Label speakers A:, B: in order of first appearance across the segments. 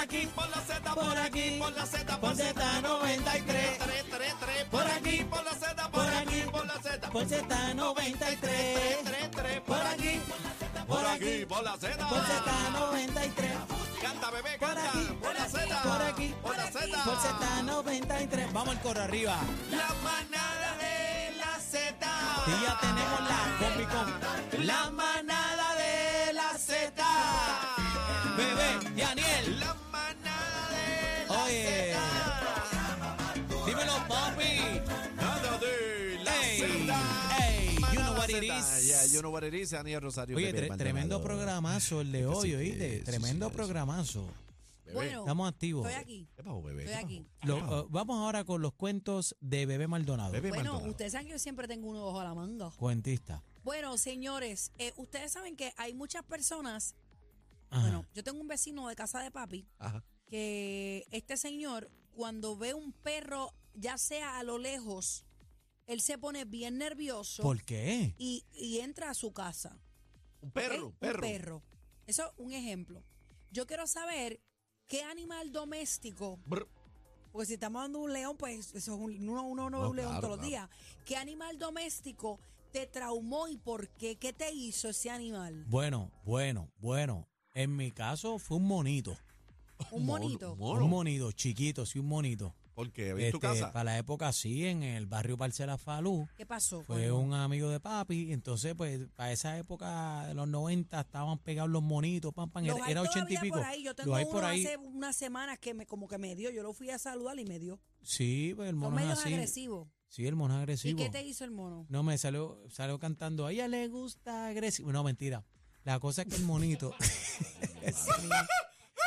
A: aquí, por la Z, por aquí, por la Z, por Z93. Por aquí, por la Z, por aquí, por la Z,
B: Por Z93.
A: Por aquí, por aquí, por la Z.
B: Por Z93.
A: Canta, bebé,
B: Por
A: canta.
B: aquí,
A: Por la Z.
B: por aquí,
A: Por la Z.
B: Por Z93. Vamos al coro arriba.
A: La manada de la Z.
B: Y ya tenemos la Combi Combi. La manada de la Z. Bebé, Daniel.
A: La manada de la
B: Oye. Dímelo, papi.
A: Manada de la
B: Ey,
A: Z.
B: ey, you
A: Manada
B: know what it
A: Z.
B: is.
A: Yeah, you know what it is, Daniel Rosario.
B: Oye,
A: Pepe
B: tre-
A: Maldonado.
B: tremendo programazo el de
A: que sí
B: hoy,
A: que-
B: oíste.
A: sí,
B: Tremendo
A: sí, sí.
B: programazo.
A: Bebé.
C: Bueno,
B: Estamos activos.
C: estoy aquí.
A: ¿Qué pasó, bebé?
C: Estoy
A: ¿Qué
C: aquí.
A: pasó?
B: Lo-
A: ¿Qué pasó?
B: eh, vamos ahora con los cuentos de Bebé Maldonado.
A: Bebé
C: Bueno,
A: Maldonado.
C: ustedes saben que yo siempre tengo un ojo a la manga.
B: Cuentista.
C: Bueno, señores, eh, ustedes saben que hay muchas personas.
B: Ajá.
C: Bueno, yo tengo un vecino de casa de papi
B: ah,
A: Ajá.
C: que este señor, cuando ve un perro, ya sea a lo lejos, él se pone bien nervioso
B: ¿Por qué?
C: y, y entra a su casa.
A: Un
C: ¿ok?
A: perro,
C: Un
A: perro.
C: perro. Eso es un ejemplo. Yo quiero saber qué animal doméstico
A: Brr.
C: Porque si estamos hablando de un león, pues eso es un, uno, uno no
A: No,
C: ve un león
A: claro,
C: todos los
A: claro.
C: días. ¿Qué animal doméstico te traumó y por qué? ¿Qué te hizo ese animal?
B: Bueno, bueno, bueno. En mi caso fue un monito.
C: Un
A: Mono,
C: monito.
A: mono.
B: Un monito, chiquito, sí, un monito.
A: ¿Por qué? ¿Ves tu
B: Este,
A: casa?
B: Para la época sí, en el barrio Parcela Falú.
C: ¿Qué pasó?
B: Fue un amigo de papi, entonces pues para esa época de los 90 estaban pegados los monitos, pam, pam,
C: Los
B: era-
C: hay
B: era 80 y
C: todavía
B: pico.
C: Por ahí. Yo tengo
B: los hay
C: uno
B: por ahí.
C: hace unas semanas que me, como que me dio. Yo lo fui a saludar y me dio.
B: Sí, pues el
C: Son
B: mono es
C: medios
B: así.
C: agresivos.
B: Sí, el mono es agresivo.
C: ¿Y qué te hizo el mono?
B: No, me salió, salió cantando, a ella le gusta agresivo. No, mentira. La cosa es que el monito,
C: Yo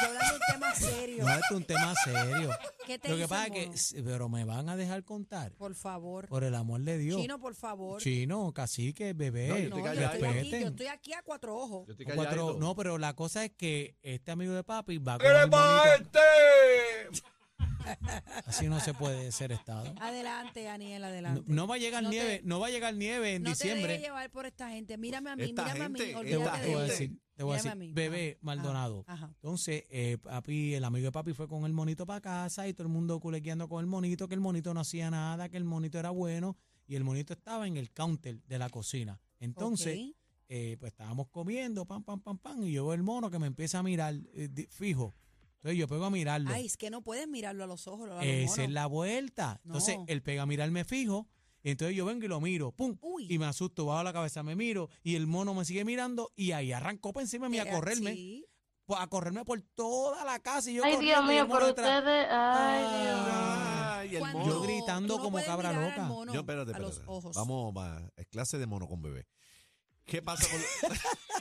C: hablando de un tema serio.
B: no, esto es un tema serio.
C: ¿Qué te
B: Lo que
C: hizo
B: pasa
C: el
B: es
C: mono?
B: que, sí, pero me van a dejar contar,
C: Por favor.
B: por el amor de Dios.
C: Chino, por favor.
B: Chino, cacique, bebé,
A: No, yo
C: No,
A: te
C: yo
A: callas,
C: estoy aquí, yo
B: respeten.
C: estoy aquí a cuatro ojos.
A: Yo estoy
B: Con cuatro-
A: calladito.
B: no, pero la cosa es que este amigo de papi va con
A: ¡Que le
B: el monito.
A: este!
B: Así no se puede ser estado.
C: Adelante, Daniel,
B: No,
C: adelante.
B: no va a llegar
C: No te-
B: nieve, no va a llegar nieve en
C: no te
B: diciembre.
C: dejes llevar por esta gente. Mírame a mí,
A: Esta
C: mírame
A: gente,
C: a
A: esta
C: mí.
B: Te voy, a-
C: Olvídate
B: te
C: de
B: voy a
C: mí.
A: gente.
B: decir, te voy a
C: Mírame
B: decir,
C: a mí.
B: bebé
C: Ajá,
B: Maldonado.
C: ajá.
B: Entonces, eh, papi, el amigo de papi fue con el monito para casa y todo el mundo culequeando con el monito, que el monito no hacía nada, que el monito era bueno y el monito estaba en el counter de la cocina. Entonces,
C: Ok.
B: eh, pues estábamos comiendo, pam, pam, pam, pam, y yo veo el mono que me empieza a mirar eh, di- fijo. Entonces yo pego a mirarlo. Eh,
C: Ay, es que no puedes mirarlo a los ojos. a los
B: Esa es
C: monos.
B: la vuelta. Entonces,
C: No.
B: él pega a mirarme fijo. Entonces yo vengo y lo miro, pum,
C: Uy.
B: y me asusto, bajo la cabeza, me miro, y el mono me sigue mirando, y ahí arrancó para encima de mí a
C: Eh,
B: correrme,
C: sí.
B: pues, a correrme por toda la casa. Y yo
D: Ay, Dios
B: corriendo y el
D: mío,
B: mono
D: por
B: detrás.
D: ustedes. Ay, Dios mío.
B: Ah.
A: Ay, el
C: Cuando
A: mono.
B: Yo grito. gritando
C: tú no
B: como
C: puedes
B: cabra
C: mirar
B: loca.
C: Al mono,
A: Yo, espérate,
C: A los
A: espérate.
C: ojos.
A: Vamos, va, es clase de mono con bebé. ¿Qué pasa con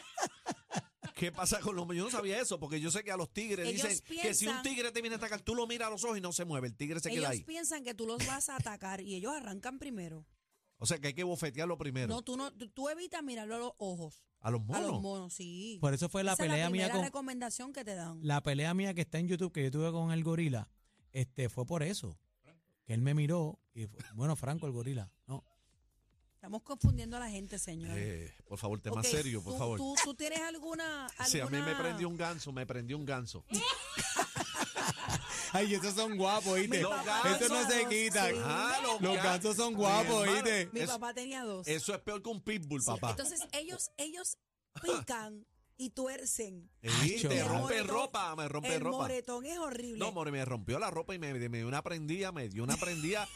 A: ¿Qué pasa con los Yo no sabía eso, porque yo sé que a los tigres
C: Ellos
A: dicen que si un
C: piensan-
A: tigre te viene a atacar, tú lo miras a los ojos y no se mueve, el tigre se queda
C: ellos
A: ahí.
C: piensan que tú los vas a atacar y ellos arrancan primero.
A: O sea que hay que bofetearlo primero.
C: no, tú no, tú, tú evitas mirarlo a los ojos.
A: a los monos.
C: A los monos, sí.
B: Por eso fue la
C: Esa es
B: pelea
C: la
B: mía
C: primera
B: con
C: recomendación que te dan.
B: la pelea mía que está en YouTube que yo tuve con el gorila. Este fue por eso. Que él me miró y fue- bueno, Franco el gorila, no.
C: Estamos confundiendo a la gente, señor.
A: Eh, por favor, tema
C: Ok,
A: serio, por
C: tú-
A: favor.
C: Tú, tú tienes alguna, alguna.
A: Si a mí me prendió un ganso, me prendió un ganso.
B: Ay, esos son guapos, ¿viste?
A: Los
B: Esos no se
C: gansos,
B: quitan.
C: sí.
A: Ah,
B: Los
A: ga-
B: gansos son
A: Mi
B: guapos,
A: hermano,
B: ¿oíste?
C: Mi
A: eso-
C: papá tenía dos.
A: Eso es peor que un pitbull,
C: Sí,
A: papá.
C: Entonces ellos, ellos pican y tuercen.
A: Ey,
B: Acho.
A: te
B: El
A: rompe
C: moretón-
A: ropa, me rompe
C: el
A: ropa.
C: moretón es horrible.
A: No, more, me rompió la ropa y me, me dio una prendida, me dio una prendida,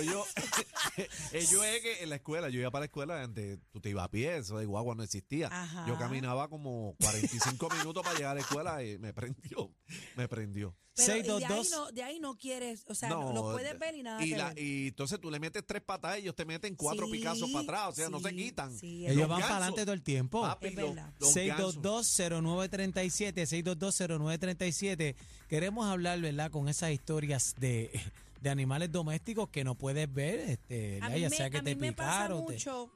A: pero yo, yo es que en la escuela, yo iba para la escuela, antes tú te ibas a pie, eso de guagua no existía.
C: Ajá.
A: Yo caminaba como 45 minutos para llegar a la escuela y me prendió, me prendió.
C: Pero y de, ahí
B: 622.
C: no, de ahí no quieres, o sea, no, lo puedes ver y nada.
A: y,
C: que
A: la-
C: ver.
A: y entonces tú le metes tres patadas y ellos te meten cuatro
C: Ah, Sí,
A: picazos para atrás, o sea, no se
C: sí,
A: quitan.
C: sí, es
A: Los
B: Ellos van para
A: gansos,
B: adelante todo el tiempo.
A: papi,
C: Es
A: los-
C: verdad.
A: los gansos.
B: 6220937, 6220937. Queremos hablar, ¿verdad?, con esas historias de, de animales domésticos que no puedes ver, este, ¿verdad?
C: a mí,
B: ya
C: me,
B: sea que
C: a
B: te
C: mí me pasa
B: picaron. te-
C: mucho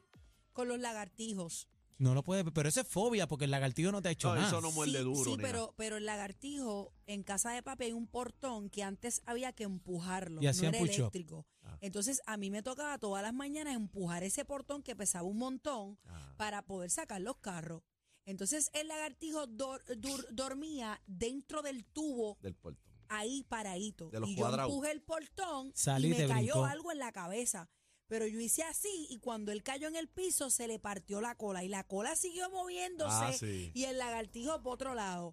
C: con los lagartijos.
B: no lo puedes ver, pero eso es fobia porque el lagartijo no te ha hecho
A: No,
B: nada.
A: eso no muerde
C: sí,
A: duro.
C: sí,
A: ni nada.
C: pero, pero el lagartijo, en casa de papi hay un portón que antes había que empujarlo.
B: Y hacían
C: no era
B: push-up.
C: eléctrico.
A: Ah.
C: Entonces a mí me tocaba todas las mañanas empujar ese portón que pesaba un montón
A: Ah.
C: para poder sacar los carros. Entonces el lagartijo dor- dur- dormía dentro del tubo
A: del portón.
C: ahí paradito.
A: De los
C: y yo
A: cuadrados.
C: empujé el portón
B: Salí,
C: y me
B: te
C: cayó
B: brincó.
C: algo en la cabeza. Pero yo hice así y cuando él cayó en el piso se le partió la cola y la cola siguió moviéndose
A: Ah, sí.
C: y el lagartijo por otro lado.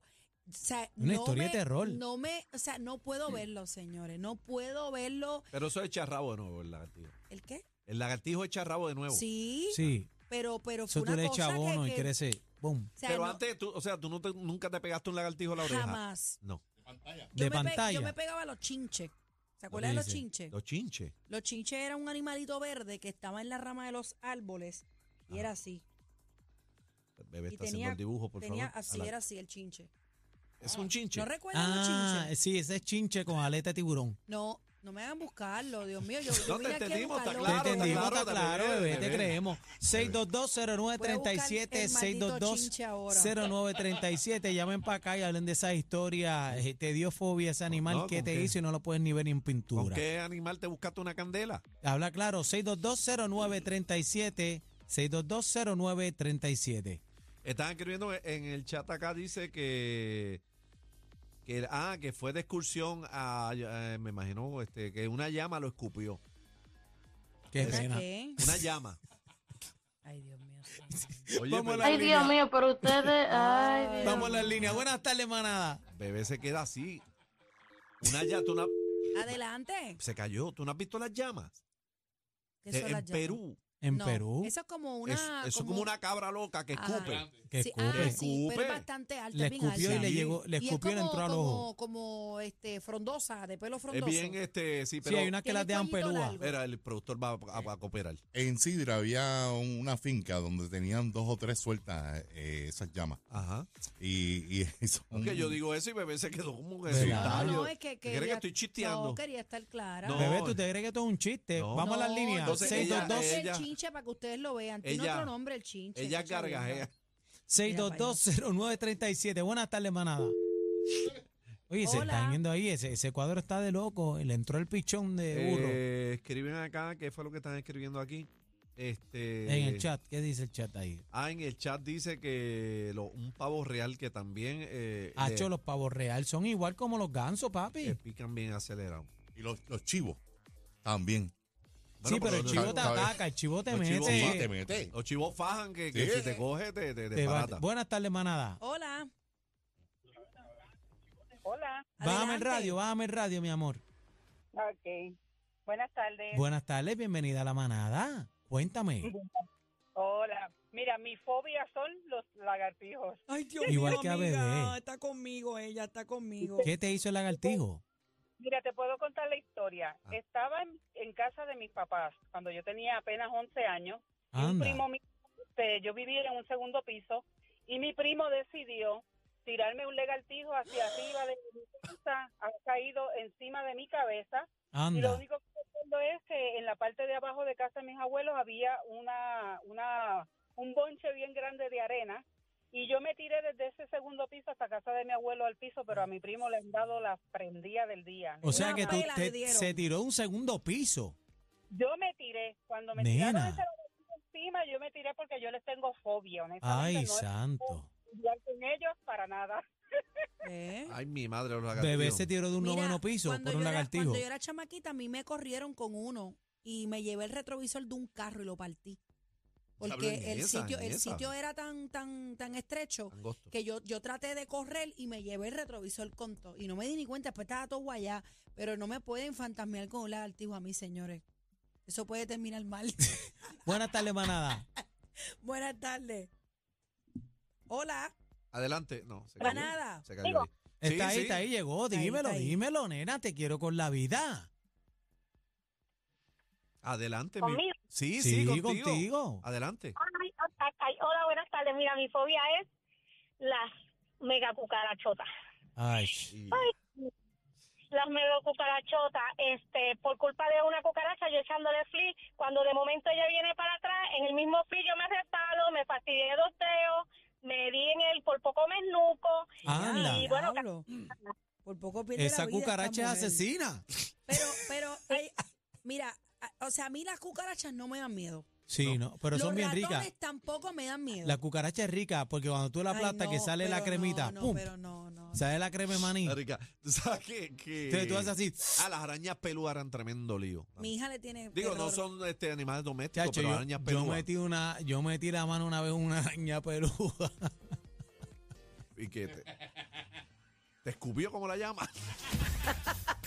C: O sea,
B: Una historia de
C: me-
B: terror.
C: No me, o sea, no puedo verlo, señores. No puedo verlo.
A: Pero eso es charrabo de nuevo, el lagartijo.
C: ¿El qué?
A: El lagartijo es charrabo de nuevo.
C: Sí,
B: Sí,
C: pero, pero
B: eso
C: fue
B: tú
C: una
B: le
C: cosa
B: echas abono
C: que,
B: y
C: que-
B: crece, boom,
C: o sea,
A: Pero
C: no-
A: antes, tú, o sea, tú no te- nunca te pegaste un lagartijo a la oreja.
C: jamás.
A: No.
B: de
C: yo, me pe-
B: pantalla.
C: yo me pegaba los chinches. ¿Se acuerdan de los
B: dice?
C: chinches?
A: Los chinches.
C: Los chinches era un animalito verde que estaba en la rama de los árboles y
A: Ajá.
C: era así.
A: El bebé
C: Y
A: está
C: tenía-
A: haciendo el dibujo, por
C: Tenía
A: favor. A
C: así,
A: la-
C: era así el chinche.
A: Es un chinche.
C: ¿No recuerdan los
B: Ah,
C: chinches?
B: sí, ese es chinche con aleta de tiburón.
C: No, no me hagan buscarlo, Dios mío. Yo, yo
A: No, te
C: vine aquí a
A: entendimos, está
C: buscarlo.
B: Te
A: Claro,
B: entendimos,
A: claro,
B: está
A: te
B: claro,
A: bebé,
B: bebé, te
A: bebé.
B: creemos.
C: Voy a buscar el
B: 622-0937,
C: maldito chinche ahora.
B: 622-0937. Llamen para acá y hablen de esa historia. Eh, Te dio fobia ese animal
A: No,
B: que
A: ¿con
B: te
A: qué?
B: hizo y no lo puedes ni ver ni en
A: ¿Con
B: pintura.
A: qué animal te buscaste una candela?
B: Habla claro, 622-0937, 622-0937.
A: Están escribiendo en el chat acá, dice que. que ah, que fue de excursión a. eh, me imagino este, que una llama lo escupió.
B: Qué
C: ¿Era
B: pena.
C: qué?
A: Una llama.
C: Ay, Dios mío.
A: Oye,
B: Vamos
A: pero
B: a la-
D: Ay,
B: línea.
D: Dios mío, pero ustedes. Ay, Dios
B: Vamos a las líneas. Buenas tardes, manada.
A: bebé se queda así. Una llama, tú no-
C: Adelante.
A: se cayó. ¿Tú no has visto las llamas?
C: ¿Qué
A: Eh,
C: son
A: en
C: las llamas?
A: Perú.
B: En
C: No,
B: Perú,
C: Eso es como Ah,
A: Es-
C: una.
A: eso es como una cabra loca que
C: Ajá.
A: escupe.
B: que
C: sí,
B: escupe.
C: Ah, sí, pero es
A: Escupe.
C: bastante alta,
B: le
C: es bien
B: escupió y
C: alta.
B: le llegó, le
C: Y es
B: escupió y le
C: como-
B: entró al ojo.
C: Como, como este, frondosa, de pelo
A: Es
C: frondoso.
A: bien, este, sí,
B: Sí,
A: pero.
B: hay unas que
C: Tiene
B: las dejan
C: cuellito
B: pelúa.
C: largo.
A: Mira, el productor va a, a- a cooperar.
E: En Sidra había un- una finca donde tenían dos o tres sueltas eh, esas llamas.
A: Ajá.
E: Y, y eso.
A: Porque
B: Mm.
A: yo digo eso y bebé se quedó como que.
B: Pero-
A: sin
B: No,
C: No,
A: tallo.
C: no, es que
A: ¿Qué crees que
C: quería-
A: estoy chisteando?
C: No, quería estar clara.
A: No,
B: Bebé, ¿tú te crees que esto es un chiste?
A: No.
B: Vamos a las
C: No,
B: líneas.
C: entonces
A: ella-
C: ella,
B: 622
A: eh,
C: el chinche para que ustedes lo vean. Tiene
A: ella-
C: otro nombre el chinche.
A: Ella
C: qué chabuca.
A: carga.
B: 622-0937. Buenas tardes, manada. Oye, se
C: Hola.
B: están yendo ahí. Ese, ese cuadro está de loco. Le entró el pichón de burro
A: Eh, escriben acá, ¿qué fue lo que están escribiendo aquí? Este,
B: en el chat. ¿Qué dice el chat ahí?
A: Ah, en el chat dice que lo- un pavo real que también eh, le-
B: Hacho, los pavos real son igual como los gansos, papi.
A: le pican bien acelerado.
E: Y los, los chivos también.
A: Bueno,
B: sí, pero el
A: los-
B: chivo
E: los-
B: te
E: los-
B: ataca, el chivo te
A: los chivos
E: Sí,
A: eh,
E: te
B: mete.
E: mete.
A: Los chivos fajan que, que
E: Sí.
A: si te coge te, te, te
B: te va-
A: barata.
B: Buenas tardes, manada.
C: Hola.
F: Hola,
B: Bájame el
C: adelante.
B: radio, bájame el radio, mi amor.
F: ok. Buenas tardes.
B: Buenas tardes, bienvenida a la manada. Cuéntame.
F: Hola. Mira, mi fobia son los lagartijos.
C: Ay, Dios
B: Igual mío, que a amiga, bebé.
C: Está conmigo, ella está conmigo.
B: ¿Qué te hizo el lagartijo?
F: Mira, te puedo contar la historia.
A: Ah.
F: Estaba en, en casa de mis papás cuando yo tenía apenas 11 años. Y Un
B: Anda.
F: primo mío, este, yo vivía en un segundo piso y mi primo decidió tirarme un lagartijo hacia arriba de mi casa, ha caído encima de mi cabeza Y lo
B: Anda.
F: único que recuerdo es que en la parte de abajo de casa de mis abuelos había una, una, un bonche bien grande de arena. Y yo me tiré desde ese segundo piso hasta casa de mi abuelo al piso, pero a mi primo le han dado la prendida del día.
B: O sea
C: Una
B: que tú
C: pela
B: te-
C: le dieron.
B: se tiró de un segundo piso.
F: Yo me tiré. Cuando me
B: Nena.
F: tiraron ese lagartijo encima, yo me tiré porque yo les tengo fobia, honestamente.
B: Ay,
F: no es
B: santo.
F: jugar con ellos para nada.
A: Ay, mi madre, los lagartijos.
B: Bebé se tiró de un noveno piso por un lagartijo.
C: Cuando yo era chamaquita, a mí me corrieron con uno y me llevé el retrovisor de un carro y lo partí. Porque
A: Hablan en
C: el,
A: esa,
C: sitio,
A: en
C: el
A: esa.
C: sitio era tan, tan, tan estrecho
A: Angosto.
C: que yo, yo traté de correr y me llevé el retrovisor con todo. Y no me di ni cuenta, después estaba todo guayá. Pero no me pueden fantasmear con un lagartijo a mí, señores. Eso puede terminar mal.
B: Buenas tardes, manada.
C: Buenas tardes. Hola.
A: Adelante. No, se
C: Para
A: cayó.
C: nada.
A: Se cayó.
F: Digo.
A: ahí. Sí,
B: Está ahí,
A: sí.
B: está ahí, llegó.
C: Está ahí,
B: Dímelo,
C: está ahí.
B: dímelo, nena, te quiero con la vida.
A: Adelante. mi-
F: Conmigo.
A: Sí, sí,
B: Sí,
A: contigo.
B: contigo.
A: Adelante.
G: Ay, ay, ay, hola, buenas tardes. Mira, mi fobia es las mega cucarachotas.
B: Ay,
A: Y-
G: Las mega cucarachotas, este, por culpa de una cucaracha, yo echándole flip, cuando de momento ella viene para atrás, en el mismo flip yo me resbalo, me fastidié dos dedos, me di en el, por poco me esnuco.
B: anda.
G: Y bueno,
C: Diablo. por poco pierde la
B: Esa
C: vida esta
B: cucaracha es
C: mujer. eh,
B: asesina.
C: Pero, pero, hay- mira, a- o sea, a mí las cucarachas no me dan miedo.
B: Sí, no, pero
C: Los
B: son bien
C: ratones
B: ricas.
C: tampoco me dan miedo.
B: La cucaracha es rica porque cuando tú la
C: Ay,
B: aplastas que
C: no,
B: sale la
C: pero
B: cremita,
C: No, no,
B: ¡pum!
C: pero no, no.
B: Sale la crema de maní.
A: Está rica. ¿Tú sabes qué? qué?
B: Entonces tú haces así.
A: Ah, las arañas pelúas eran tremendo lío.
C: Mi hija le tiene.
A: Digo, no
C: terror.
A: son este, animales domésticos,
B: Chacho,
A: pero
B: yo,
A: arañas
B: yo
A: pelúas.
B: metí una, yo metí la mano una vez en una araña peluda.
A: Y que te, te escupió como la llama.